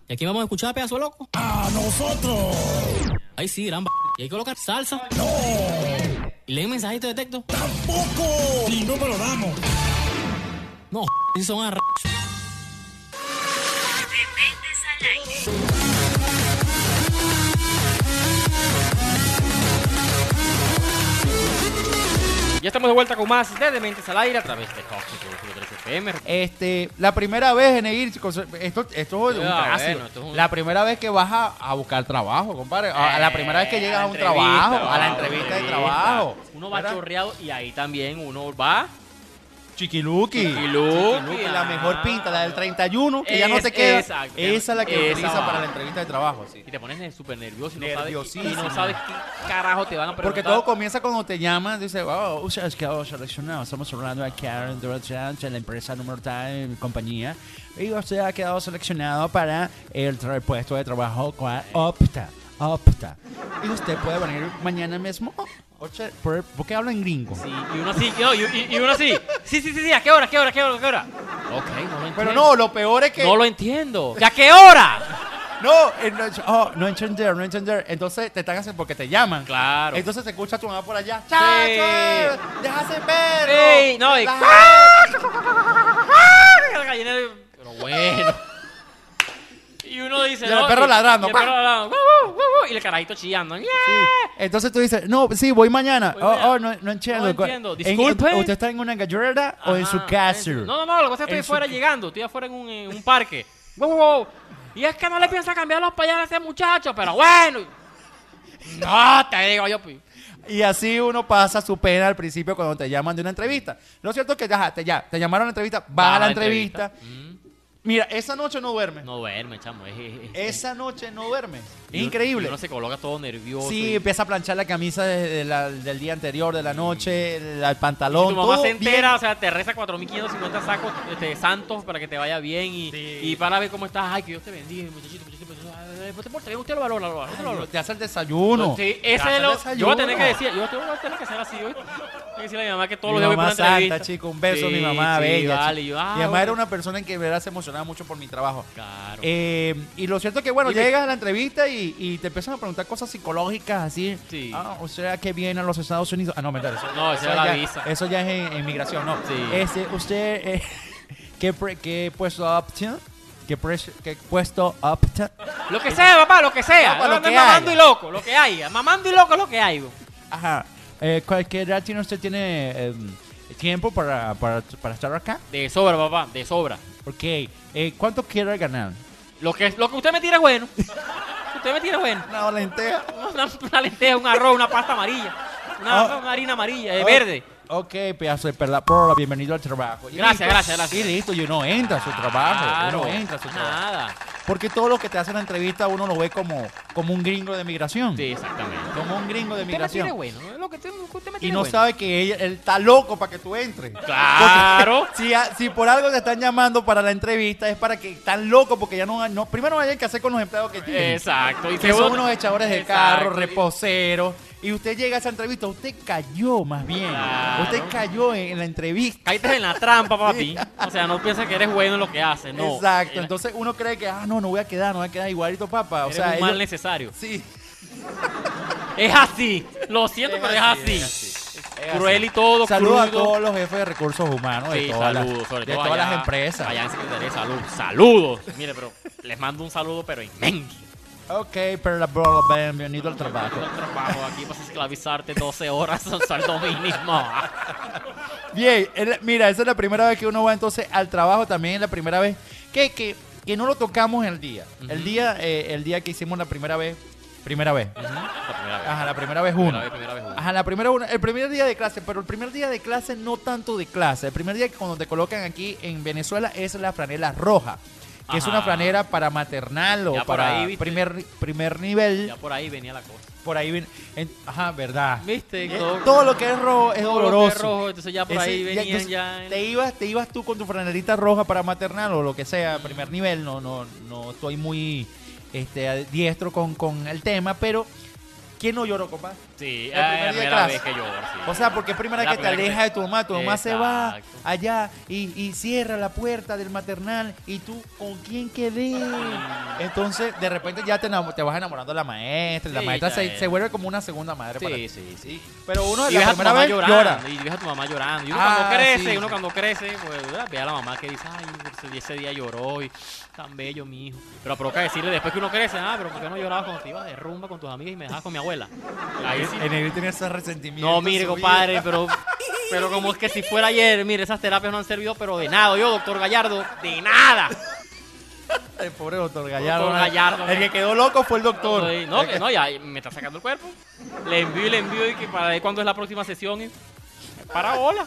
S7: Y aquí vamos a escuchar a Pedazo de Loco.
S6: a nosotros.
S7: Ahí sí, gran b- Y ahí colocar salsa. No. Y leen mensajito de texto.
S6: Poco y no me lo damos.
S7: No, si son arra...
S3: Ya estamos de vuelta con más de Dementes al Aire a través de Fox 3 FM.
S2: Este, la primera vez en ir, chicos, esto, esto es un
S3: Ah,
S2: clásico.
S3: bueno, esto es un-
S2: La primera vez que vas a, a buscar trabajo, compadre. A, a la primera vez que llegas a un
S3: Eh, entrevista,
S2: trabajo, a la
S3: wow,
S2: entrevista de
S3: entrevista.
S2: trabajo.
S3: Uno va
S2: ¿Verdad?
S3: chorreado y ahí también uno va.
S2: Chiquiluki.
S3: Chiquiluki,
S2: Chiquiluki, la
S3: ah.
S2: mejor pinta, la del 31, que ya no
S3: Es-
S2: te queda.
S3: exacto.
S2: Esa es la que
S3: Esa
S2: utiliza
S3: va.
S2: para la entrevista de trabajo. sí.
S3: Y te pones ne- súper nervioso y no, sabes, y
S2: Nerviosísimo.
S3: no sabes qué carajo te van a
S2: Porque
S3: preguntar.
S2: todo comienza cuando te llaman, dice, wow, usted es que ha seleccionado, estamos hablando de Karen Durant, la empresa número tal, compañía, y usted ha quedado seleccionado para el tra- puesto de trabajo cual opta, opta. Y usted puede venir mañana mismo. Oye, ¿por, por qué hablan gringo?
S3: Sí, y uno así, no, y, y- y uno así. Sí, sí, sí, sí, ¿a qué hora, qué hora, qué hora, qué hora? Ok, no lo entiendo.
S2: Pero no, lo peor es que...
S3: No lo entiendo. ¿Y a qué hora?
S2: No, eh, no, oh, no entender, no entender. Entonces te están haciendo porque te llaman.
S3: Claro.
S2: Entonces se escucha a tu mamá por allá.
S3: Sí.
S2: ¡Chacho! ¡Déjase perro!
S3: Ey, no, y- ¡Ah!
S2: Relájate.
S3: La gallina de- Pero bueno. Y uno dice.
S2: Y el
S3: no,
S2: perro ladrando.
S3: Y el perro ladrando. "Guau, guau, guau, guau", Y el carajito chillando. "Yeah".
S2: Entonces tú dices, no, sí, voy mañana.
S3: Voy
S2: Oh,
S3: mañana.
S2: oh, no, no entiendo.
S3: No entiendo.
S2: En-
S3: Disculpe.
S2: ¿Usted está en una gallera o en su
S3: Ajá,
S2: casa?
S3: en su- No, no, no, lo que pasa es que
S2: En
S3: estoy
S2: su-
S3: fuera llegando, estoy afuera en un, en un parque. Wow, wow, wow. Y es que no le piensa cambiar los payasos a ese muchacho, pero bueno. No, te digo yo. pues, pi-
S2: Y así uno pasa su pena al principio cuando te llaman de una entrevista. Lo cierto es que ya te, ya, te llamaron a la entrevista, vas a la entrevista.
S3: Mm,
S2: Mira, esa noche no duermes.
S3: no duerme, chamo. es- es- es-
S2: Esa noche no duermes.
S3: y uno- y
S2: Increíble.
S3: Uno se coloca todo nervioso.
S2: Sí,
S3: y-
S2: empieza a planchar la camisa de- de la- del día anterior, de la noche, el, el
S3: y
S2: pantalón.
S3: tu mamá
S2: todo
S3: se entera,
S2: bien.
S3: o sea, te reza 4.550 sacos este, santos para que te vaya bien y, y para ver cómo estás. Ay, que Dios te bendiga, muchachito, muchachito. muchachito. Ay, ay, ay, Ponte, porta bien, usted lo valora, lo valora. usted lo valora.
S2: Te hace el desayuno.
S3: Sí,
S2: Te hace
S3: ese
S2: el
S3: es lo. Yo voy a tener
S2: desayuno.
S3: que decir, yo tengo- voy a tener que hacer así hoy. Tengo que decirle a mi mamá que todos los
S2: mi
S3: días voy por
S2: mamá
S3: una
S2: santa,
S3: entrevista.
S2: chico, un beso a mi
S3: Sí,
S2: mamá,
S3: sí,
S2: bella.
S3: Vale,
S2: chico.
S3: yo, ah,
S2: mi mamá
S3: bueno.
S2: era una persona en que en verdad se emocionaba mucho por mi trabajo.
S3: Claro.
S2: Eh, y lo cierto es que, bueno,
S3: Dime.
S2: llegas a la entrevista y, y te empiezan a preguntar cosas psicológicas, así.
S3: Sí.
S2: Ah, o sea, que viene a los Estados Unidos. Ah, no, mentira. Eso,
S3: No, esa
S2: eso
S3: era la
S2: ya,
S3: visa.
S2: Eso ya es en, en migración, no.
S3: Sí.
S2: Este, usted, eh, ¿qué, pre- ¿qué puesto opta? ¿Qué, pres- qué puesto opta?
S3: lo que sea, papá, lo que sea.
S2: Papá,
S3: No,
S2: lo
S3: no,
S2: que
S3: mamando
S2: haya.
S3: y loco, lo que hay. Mamando y loco es lo que hay. bro.
S2: Ajá. Eh, ¿Cuál qué edad tiene usted? ¿Tiene eh, tiempo para, para, para estar acá.
S3: De sobra, papá, de sobra.
S2: Ok, eh, ¿cuánto quiere ganar?
S3: Lo que, lo que usted me tira es bueno. Lo que usted me tira es bueno.
S2: Una lenteja.
S3: Una, una lenteja, un arroz, una pasta amarilla.
S2: Ah.
S3: Una, una harina amarilla, eh, verde.
S2: Ok, pedazo de perla, porra, bienvenido al trabajo. Y
S3: Gracias,
S2: listo.
S3: gracias, gracias.
S2: Y listo, y uno entra a su trabajo.
S3: Claro,
S2: Uno entra a su trabajo.
S3: nada.
S2: Porque todo lo que te hace en la entrevista uno lo ve como, como un gringo de migración.
S3: Sí, exactamente.
S2: Como un gringo de
S3: Usted me tira es
S2: migración.
S3: bueno. ¿no? Lo que usted, lo que usted me tira
S2: Y
S3: es
S2: no
S3: bueno.
S2: sabe que ella- él está loco para que tú entres.
S3: Claro.
S2: Porque Si, a- si por algo te están llamando para la entrevista es para que están locos porque ya no, hay- no primero no hay que hacer con los empleados que tienen.
S3: Exacto. Y
S2: Que son
S3: segundo-
S2: unos echadores de
S3: Exacto.
S2: carro, reposeros. Y usted llega a esa entrevista, usted cayó más bien.
S3: Claro.
S2: Usted cayó en, en la entrevista.
S3: Caíste en la trampa, papi. O sea, no piensas que eres bueno en lo que haces, no.
S2: Exacto.
S3: Eres-
S2: Entonces uno cree que, ah, no, no voy a quedar, no voy a quedar igualito, papá. O
S3: eres
S2: sea,
S3: un mal
S2: ellos-
S3: necesario.
S2: sí.
S3: Es así. Lo siento,
S2: Es
S3: pero
S2: así,
S3: es
S2: es
S3: así.
S2: así.
S3: Cruel y todo,
S2: Saludos a
S3: crudo.
S2: todos los jefes de recursos humanos de
S3: Sí,
S2: todas, las-
S3: saludos, sobre
S2: de
S3: todo
S2: todas las
S3: allá-
S2: empresas.
S3: Allá en Secretaría de Salud. Saludos. Mire, pero les mando un saludo, pero inmenso.
S2: Ok, pero la bro, bienvenido al trabajo.
S3: Yo trabajo aquí para esclavizarte 12 horas al saldo mínimo.
S2: Bien, es la- mira, esa es la primera vez que uno va entonces al trabajo, también es la primera vez que, que, que no lo tocamos el día. El día eh, el día que hicimos la primera vez, primera vez.
S3: La primera vez.
S2: Ajá, la primera vez
S3: Primera
S2: uno.
S3: vez, primera vez uno.
S2: Ajá, la primera uno. El primer día de clase, pero el primer día de clase no tanto de clase. El primer día que cuando te colocan aquí en Venezuela es la franela roja, que es
S3: Ajá.
S2: una franela para maternal o
S3: Ya por
S2: para
S3: ahí, ¿viste?
S2: primer, primer nivel.
S3: Ya por ahí venía la cosa.
S2: Por ahí ven- en- ajá, verdad.
S3: ¿Viste?
S2: Eh, todo lo que es rojo es
S3: todo lo que
S2: doloroso.
S3: es rojo, entonces ya por ahí venían
S2: entonces,
S3: ya en-
S2: Te ibas, te ibas tú con tu franelita roja para maternal o lo que sea, primer nivel. No, no, no estoy muy este, a- diestro con, con el tema, pero ¿quién no lloró, compa?
S3: Sí,
S2: El
S3: ah, la
S2: primer día de
S3: primera
S2: clase.
S3: vez que yo. sí.
S2: O sea, porque es primera
S3: La
S2: que te
S3: primera que
S2: alejas
S3: te-
S2: de tu mamá, tu mamá se va
S3: Exacto.
S2: allá y, y cierra la puerta del maternal y tú, ¿con quién quedé? Entonces, de repente ya te, enamo- te vas enamorando de la maestra, y la
S3: Sí,
S2: maestra
S3: ya
S2: se,
S3: es.
S2: se vuelve como una segunda madre para ti.
S3: Sí, sí, sí.
S2: Pero uno de
S3: Y ves
S2: la
S3: a tu
S2: primera
S3: mamá
S2: vez
S3: llorando.
S2: llora.
S3: Y ves a tu mamá llorando. Y uno
S2: Ah,
S3: cuando crece,
S2: sí,
S3: uno
S2: sí.
S3: cuando crece, pues ¿verdad? ve a la mamá que dice, ay, ese, ese día lloró y tan bello mi hijo. Pero provoca decirle después que uno crece, ah, pero ¿por qué no llorabas cuando te ibas de rumba con tus amigas y me dejabas con mi abuela? Ahí sí.
S2: En él tiene ese resentimiento.
S3: No, mire,
S2: en su vida.
S3: compadre, pero, pero como es que si fuera ayer, mire, esas terapias no han servido, pero de nada. Yo, doctor Gallardo, de nada.
S2: El pobre doctor Gallardo.
S3: Doctor Gallardo,
S2: El que quedó loco fue el doctor.
S3: Ay, No, que no, ya me está sacando el cuerpo. Le envío y le envío y que para ver cuándo es la próxima sesión. y- Para hola.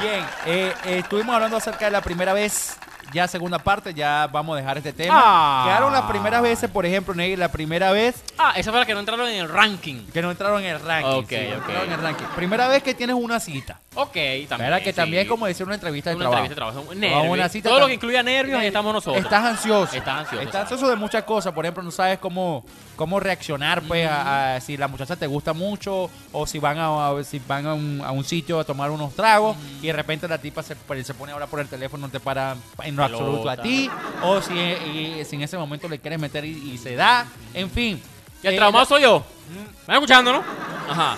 S2: Bien, eh, eh, estuvimos hablando acerca de la primera vez. Ya segunda parte, ya vamos a dejar este tema.
S3: Ah.
S2: Quedaron las primeras veces, por ejemplo, Ney, la primera vez
S3: Ah, esa fue la que no entraron en el ranking.
S2: que no entraron en el ranking.
S3: Ok,
S2: no
S3: ok.
S2: entraron en el ranking. Primera vez que tienes una cita.
S3: Ok, también.
S2: ¿Verdad? Que
S3: sí.
S2: también es como decir una entrevista de
S3: Una
S2: trabajo.
S3: entrevista de trabajo, un
S2: O a
S3: nervio.
S2: una cita
S3: Todo lo
S2: tam-
S3: que incluya nervios, ahí estamos nosotros.
S2: Estás ansioso.
S3: Estás ansioso,
S2: Estás
S3: exacto.
S2: ansioso de muchas cosas. Por ejemplo, no sabes cómo, cómo reaccionar, pues,
S3: Mm.
S2: a, a si la muchacha te gusta mucho o si van a, a- si van a un, a un sitio a tomar unos tragos
S3: Mm.
S2: y de repente la tipa se, pues, se pone a hablar por el teléfono, no te para en lo absoluto a
S3: Pelota.
S2: ti. O si, y- si en ese momento le quieres meter y, y se da. En fin.
S3: Y el
S2: Eh,
S3: traumado soy yo. ¿Me están escuchando, no? Ajá.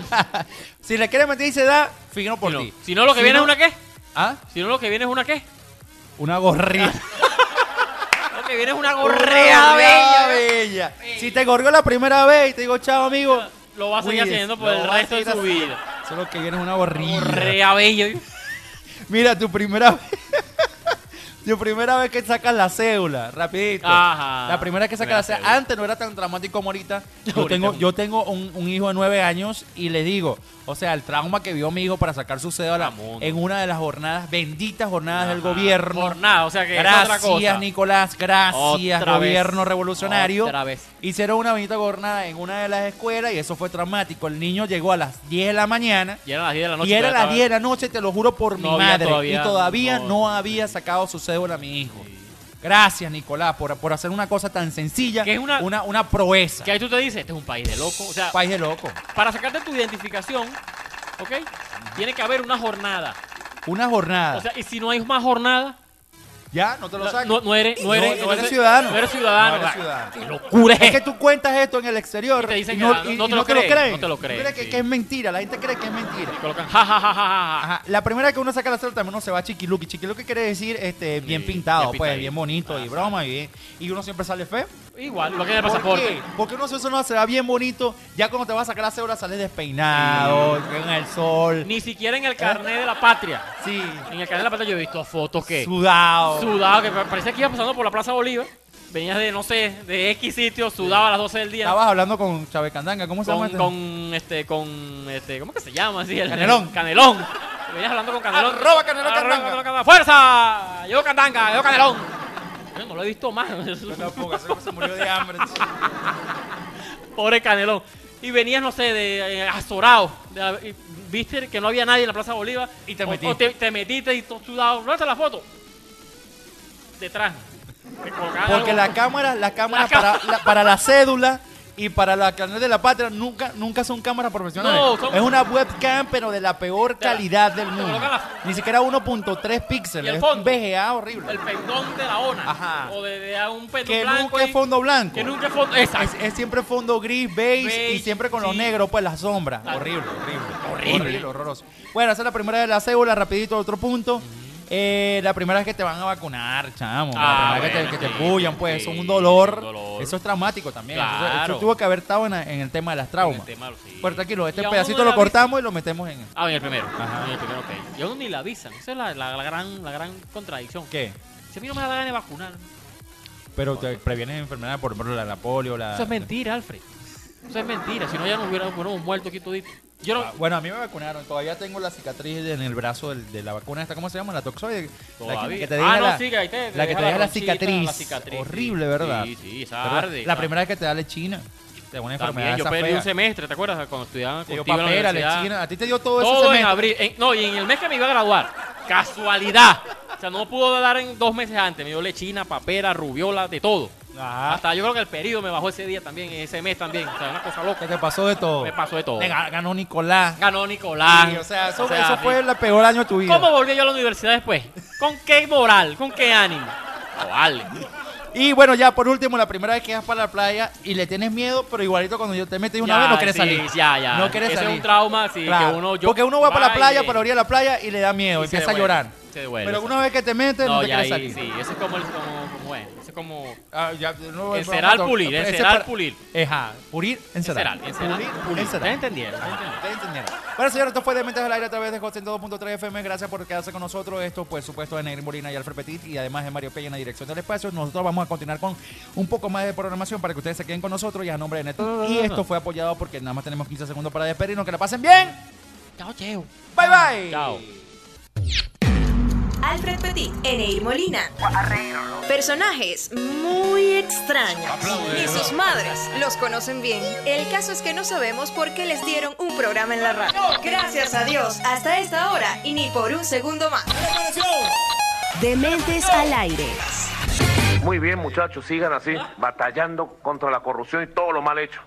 S2: si le quieres meter y se da, fino por
S3: si, no,
S2: ti.
S3: si no, lo que
S2: Si
S3: viene
S2: no-
S3: es una qué.
S2: ¿Ah?
S3: Si no, lo que viene es una qué.
S2: Una gorrita.
S3: Lo que viene es una gorrea
S2: Correa
S3: bella.
S2: bella. Si te gorrió la primera vez y te digo, chao amigo.
S3: Lo va a seguir
S2: cuídese,
S3: haciendo por
S2: lo
S3: el
S2: va a
S3: resto de
S2: seguir
S3: su
S2: haciendo.
S3: vida.
S2: Solo que viene una gorrilla.
S3: Gorrea bella.
S2: Mira, tu primera vez. tu primera vez que sacas la cédula, rapidito.
S3: Ajá.
S2: La primera que sacas
S3: Primera
S2: la cédula.
S3: cédula.
S2: Antes no era tan dramático como ahorita. Yo
S3: Ahorita
S2: tengo,
S3: es un-
S2: yo tengo un, un hijo de nueve años y le digo, o sea, el trauma que vio mi hijo para sacar su cédula
S3: Ramón.
S2: en una de las jornadas, benditas jornadas del
S3: Ajá.
S2: gobierno.
S3: Por nada, o sea que es otra
S2: Gracias,
S3: cosa.
S2: Nicolás. Gracias,
S3: Otra vez.
S2: gobierno revolucionario.
S3: Otra vez.
S2: Hicieron una bonita jornada en una de las escuelas y eso fue traumático. El niño llegó a las 10 de la mañana
S3: Y eran las 10 de la noche.
S2: y era
S3: todavía
S2: las 10 de la noche, te lo juro por
S3: No
S2: mi
S3: había
S2: madre.
S3: todavía-
S2: y todavía
S3: no.
S2: no, había sacado su cédula a mi hijo. Gracias, Nicolás, por, por hacer una cosa tan sencilla.
S3: Que es una-
S2: una, proeza.
S3: estaba- Que ahí tú te dices, este es un país de locos. O sea,
S2: País de loco.
S3: para sacarte tu identificación, ¿ok? Tiene que haber una jornada.
S2: Una jornada.
S3: O sea, y si no hay más jornada,
S2: Ya, no te lo saco.
S3: No, no eres, no eres,
S2: No, no
S3: entonces,
S2: eres ciudadano.
S3: No eres ciudadano.
S2: No eres
S3: o sea,
S2: ciudadano.
S3: Qué locura es.
S2: Es que tú cuentas esto en el exterior
S3: Y te dicen
S2: y
S3: que
S2: no,
S3: no-
S2: y-
S3: no
S2: y
S3: te
S2: no
S3: lo
S2: te lo
S3: creen,
S2: creen.
S3: no te lo
S2: Tú
S3: creen,
S2: crees que,
S3: sí.
S2: que es mentira, la gente cree que es mentira.
S3: Colocan ja, ja, ja, ja, ja, ja.
S2: Ajá, La primera vez que uno saca la cédula también uno se va a chiquiluki. Chiquiluki quiere decir este, bien
S3: Sí,
S2: pintado,
S3: bien
S2: pues,
S3: pintadito.
S2: bien bonito y broma y bien. Y uno siempre sale feo.
S3: Igual, lo que es el
S2: ¿Por qué?
S3: pasaporte.
S2: Porque uno se uno se va bien bonito. Ya cuando te vas a sacar la cédula sales despeinado, en el sol.
S3: Ni siquiera en el carnet de la patria.
S2: Sí,
S3: En el carnet de la patria yo he visto fotos que
S2: sudado.
S3: sudado, que pa- parecía que iba pasando por la Plaza Bolívar. Venías de, no sé, de X sitio, sudaba a las 12 del día.
S2: Estabas hablando con Chávez Candanga, ¿cómo se llama?
S3: Con, con,
S2: este?
S3: este, con, este, ¿cómo que se llama? así? El-
S2: Canelón.
S3: Canelón. Venías hablando con Canelón.
S2: Arroba Canelón
S3: Arroba
S2: Candanga.
S3: Canelón Candanga. ¡Fuerza! Yo Candanga, yo Canelón. Yo No lo he visto más.
S2: Yo tampoco, ese hombre se murió de hambre.
S3: Pobre Canelón. Y venías, no sé, de eh, azorado. de la- y viste que no había nadie en la Plaza Bolívar.
S2: Y te
S3: O-
S2: metiste.
S3: O, te, te metiste y todo sudado. ¿Dónde está la foto? Detrás. Te colocaban
S2: Porque
S3: algo.
S2: las cámaras, las cámaras
S3: La
S2: para, la, para la cédula y para la canal de la patria nunca, nunca son cámaras profesionales.
S3: No, son-
S2: Es una webcam, pero de la peor
S3: Ya.
S2: calidad del mundo.
S3: colocan las-
S2: Ni siquiera 1.3
S3: ¿Y
S2: píxeles.
S3: el
S2: Es un
S3: fondo?
S2: VGA horrible.
S3: El pendón de la ONA.
S2: Ajá.
S3: O de, de un pendón
S2: que
S3: blanco.
S2: nunca
S3: ahí.
S2: es fondo blanco.
S3: Que nunca es fondo. Exacto.
S2: es, es siempre fondo gris, beige, y
S3: Beige,
S2: siempre con los
S3: sí.
S2: negros, pues las sombras.
S3: Claro.
S2: Horrible, horrible.
S3: Horrible.
S2: horroroso. Bueno, esa es la primera de la cédula, rapidito, otro punto. Eh, la primera es que te van a vacunar, chamo.
S3: Ah,
S2: la primera que te-
S3: bueno,
S2: que te,
S3: sí,
S2: pullan, pues,
S3: sí,
S2: eso es un dolor.
S3: un dolor.
S2: Eso es traumático también.
S3: Claro.
S2: Eso, eso tuvo que haber estado en, en el tema de las
S3: En
S2: traumas.
S3: el tema, sí.
S2: Pero tranquilo, este
S3: Y a uno
S2: pedacito
S3: no
S2: lo
S3: le
S2: cortamos y lo metemos en.
S3: Ah, en el primero. En el primero, ok. Y a uno ni la avisan. Esa es la, la- la gran, la gran contradicción.
S2: ¿Qué?
S3: Si a mí no me da ganas de vacunar.
S2: Ah, Pero te previenen enfermedades, por ejemplo, la, la polio, la.
S3: Eso es mentira, Alfred. Eso es mentira. Si no, ya nos hubiéramos hubiéramos muerto aquí todito. Yo no,
S2: Ah, Bueno, a mí me vacunaron. Todavía tengo la cicatriz en el brazo del- de la vacuna esta. ¿Cómo se llama? La toxoide. La que-
S3: Todavía.
S2: que te
S3: Ah,
S2: deja
S3: no,
S2: la,
S3: sí, que ahí te- te
S2: la
S3: deja
S2: que te
S3: la
S2: deja la
S3: ronchita,
S2: cicatriz.
S3: la cicatriz,
S2: Horrible,
S3: sí.
S2: ¿verdad?
S3: Sí, sí, esa
S2: ¿Verdad?
S3: arde,
S2: La
S3: claro.
S2: primera vez que te da lechina. Te da una enfermedad
S3: también yo
S2: esa
S3: perdí
S2: fea.
S3: un semestre, ¿te acuerdas? Cuando estudiaba
S2: Te dio
S3: contigo en la
S2: papera,
S3: universidad.
S2: lechina. A ti te dio todo, eso.
S3: Todo en abril. En- no, y en el mes que me iba a graduar. Casualidad. O sea, no pudo dar en dos meses antes. Me dio lechina, papera, rubiola, de todo.
S2: Ah.
S3: Hasta yo creo que el periodo me bajó ese día también, ese mes también. O sea, una cosa loca.
S2: Que te pasó de todo.
S3: Me pasó de todo.
S2: Te ga- ganó Nicolás.
S3: Ganó Nicolás.
S2: Sí, o sea, eso,
S3: O sea,
S2: eso fue
S3: sí.
S2: el peor año de tu vida.
S3: ¿Cómo volví yo a la universidad después? ¿Con qué moral? ¿Con qué ánimo? No vale.
S2: Y bueno, ya por último, la primera vez que vas para la playa y le tienes miedo, pero igualito cuando yo te metes una
S3: Ya,
S2: vez no quieres
S3: sí,
S2: salir.
S3: ya, ya.
S2: No quieres
S3: Ese es
S2: salir.
S3: un trauma, sí, que
S2: Claro.
S3: uno- yo-
S2: Porque uno va para la
S3: va y
S2: playa,
S3: le-
S2: para la orilla de la playa y le da miedo,
S3: Y se
S2: empieza a
S3: devuelve,
S2: llorar.
S3: se devuelve,
S2: Pero
S3: sí.
S2: una vez que te metes, no,
S3: No,
S2: te
S3: ya
S2: quieres
S3: ahí,
S2: salir.
S3: sí. Ese es como el, como, como es. Ese es como
S2: Ah, ya, no,
S3: Encerar,
S2: no, no,
S3: pulir,
S2: ese
S3: encerar,
S2: para-
S3: pulir.
S2: Ajá, pulir, encerar.
S3: encerar, encerar,
S2: Pulir,
S3: pulir.
S2: encerar.
S3: ¿Ustedes entendieron? ¿Ustedes entendieron?
S2: Ajá, ustedes entendieron. Bueno, señores, esto fue de Mentes al Aire a través de Hot 102.3 FM. Gracias por quedarse con nosotros. Esto, por supuesto, de Negri Molina y Alfred Petit y además de Mario Peña en la dirección del espacio. Nosotros vamos a continuar con un poco más de programación para que ustedes se queden con nosotros y a nombre de Neto. Y esto fue apoyado porque nada más tenemos 15 segundos para despedirnos. Que la pasen bien.
S3: Chao, cheo.
S2: Bye, bye.
S3: Chao.
S1: Alfred Petit, Eneir Molina. Personajes muy extraños. Ni sus madres los conocen bien. El caso es que no sabemos por qué les dieron un programa en la radio. Gracias a Dios, hasta esta hora y ni por un segundo más. Dementes al aire.
S8: Muy bien, muchachos, sigan así, batallando contra la corrupción y todo lo mal hecho.